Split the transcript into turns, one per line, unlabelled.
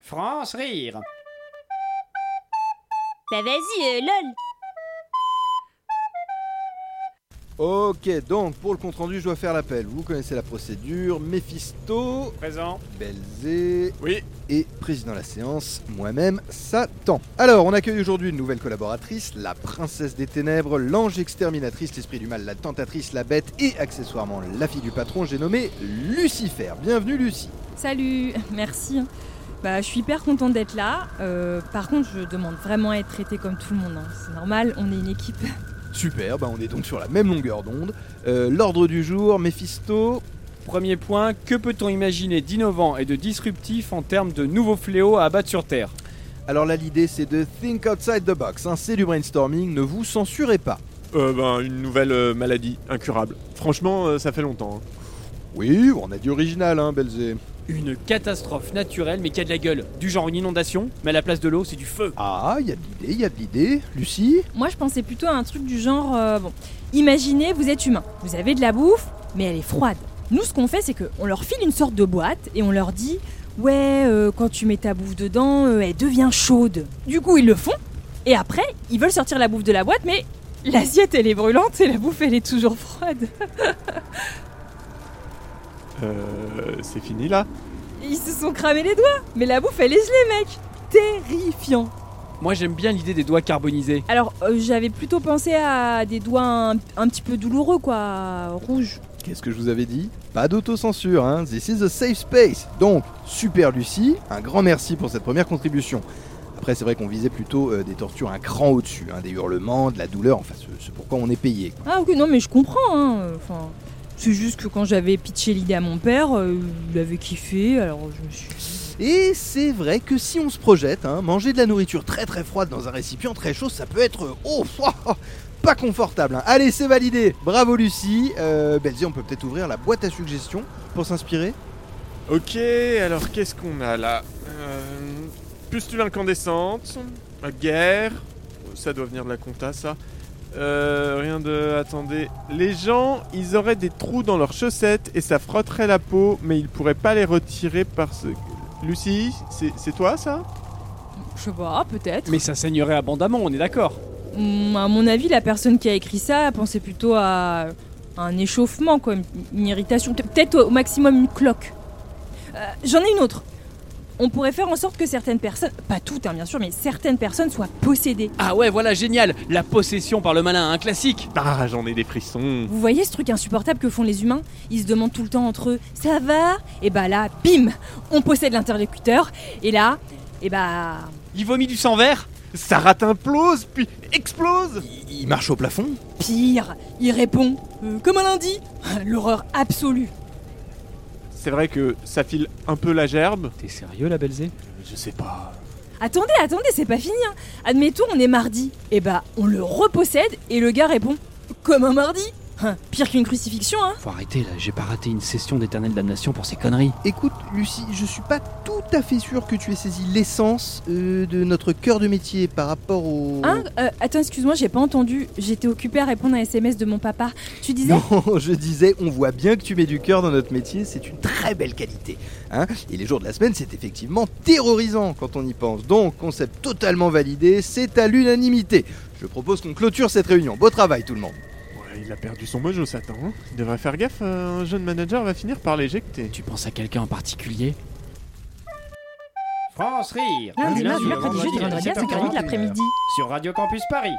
France rire.
Bah vas-y, euh, lol.
Ok, donc pour le compte rendu, je dois faire l'appel. Vous connaissez la procédure. Mephisto,
Présent.
Belzé
Oui.
et président de la séance, moi-même, Satan. Alors, on accueille aujourd'hui une nouvelle collaboratrice, la princesse des ténèbres, l'ange exterminatrice, l'esprit du mal, la tentatrice, la bête et accessoirement la fille du patron, j'ai nommé Lucifer. Bienvenue Lucie.
Salut, merci. Bah, je suis hyper contente d'être là. Euh, par contre, je demande vraiment à être traitée comme tout le monde. hein. C'est normal, on est une équipe.
Super, bah on est donc sur la même longueur d'onde. Euh, L'ordre du jour, Mephisto,
Premier point, que peut-on imaginer d'innovant et de disruptif en termes de nouveaux fléaux à abattre sur Terre
Alors là, l'idée, c'est de think outside the box. hein. C'est du brainstorming, ne vous censurez pas.
Euh, ben, une nouvelle euh, maladie incurable. Franchement, euh, ça fait longtemps. hein.
Oui, on a dit original, hein, Belzé.
Une catastrophe naturelle mais qui a de la gueule. Du genre une inondation, mais à la place de l'eau, c'est du feu.
Ah, il y a de l'idée, il y a de l'idée. Lucie
Moi, je pensais plutôt à un truc du genre euh, bon, imaginez, vous êtes humain, vous avez de la bouffe, mais elle est froide. Nous, ce qu'on fait, c'est qu'on leur file une sorte de boîte et on leur dit ouais, euh, quand tu mets ta bouffe dedans, euh, elle devient chaude. Du coup, ils le font et après, ils veulent sortir la bouffe de la boîte, mais l'assiette, elle est brûlante et la bouffe, elle est toujours froide.
Euh, c'est fini là
Ils se sont cramés les doigts, mais la bouffe, elle est gelée, mec. Terrifiant.
Moi j'aime bien l'idée des doigts carbonisés.
Alors, euh, j'avais plutôt pensé à des doigts un, un petit peu douloureux, quoi, rouges.
Qu'est-ce que je vous avais dit Pas d'autocensure, hein. This is a safe space. Donc, super Lucie, un grand merci pour cette première contribution. Après, c'est vrai qu'on visait plutôt euh, des tortures un cran au-dessus, hein, des hurlements, de la douleur, enfin, c'est c'est pourquoi on est payé. quoi.
Ah, ok, non, mais je comprends, hein. euh, Enfin, c'est juste que quand j'avais pitché l'idée à mon père, euh, il avait kiffé, alors je me suis dit.
Et c'est vrai que si on se projette, hein, manger de la nourriture très très froide dans un récipient très chaud, ça peut être euh, oh ouah, pas confortable. hein. Allez, c'est validé. Bravo Lucie. Euh, Belzé, on peut peut-être ouvrir la boîte à suggestions pour s'inspirer.
Ok, alors qu'est-ce qu'on a là Euh, Pustule incandescente, guerre, ça doit venir de la compta ça. Euh, rien de... Attendez. Les gens, ils auraient des trous dans leurs chaussettes et ça frotterait la peau, mais ils pourraient pas les retirer parce que... Lucie, c'est c'est toi ça
Je sais pas, peut-être.
Mais ça saignerait abondamment, on est d'accord.
Hum, à mon avis, la personne qui a écrit ça pensait plutôt à un échauffement, quoi, une- une irritation, Pe- peut-être au maximum une cloque. Euh, J'en ai une autre. On pourrait faire en sorte que certaines personnes, pas toutes hein, bien sûr, mais certaines personnes soient possédées.
Ah ouais voilà génial, la possession par le malin, un classique.
Ah, j'en ai des frissons.
Vous voyez ce truc insupportable que font les humains Ils se demandent tout le temps entre eux « ça va ?» Et bah là, bim On possède l'interlocuteur, et là, et bah...
Il vomit du sang vert
Ça rate implose, puis explose
Il, il marche au plafond.
Pire, il répond euh, comme un lundi L'horreur absolue
C'est vrai que ça file un peu la gerbe.
T'es sérieux la Belzé
Je sais pas.
Attendez, attendez, c'est pas fini. hein. Admettons, on est mardi. Et bah, on le repossède et le gars répond comme un mardi. Hein, pire qu'une crucifixion, hein.
Faut arrêter là, j'ai pas raté une session d'éternelle damnation pour ces conneries.
Écoute, Lucie, je suis pas tout à fait sûr que tu aies saisi l'essence euh, de notre cœur de métier par rapport au.
Hein euh, Attends, excuse-moi, j'ai pas entendu. J'étais occupée à répondre à un SMS de mon papa. Tu disais
non, je disais, on voit bien que tu mets du cœur dans notre métier, c'est une très belle qualité. hein. Et les jours de la semaine, c'est effectivement terrorisant quand on y pense. Donc, concept totalement validé, c'est à l'unanimité. Je propose qu'on clôture cette réunion. Beau travail, tout le monde.
Ouais, il a perdu son mojo, Satan. hein. Il devrait faire gaffe, euh, un jeune manager va finir par l'éjecter.
Tu penses à quelqu'un en particulier
France rire.
Lundi,
Du
mardi,
au
mercredi, jeudi,
vendredi à
vendredi
7h40,
à 5h30 de l'après-midi.
Sur Radio Campus Paris.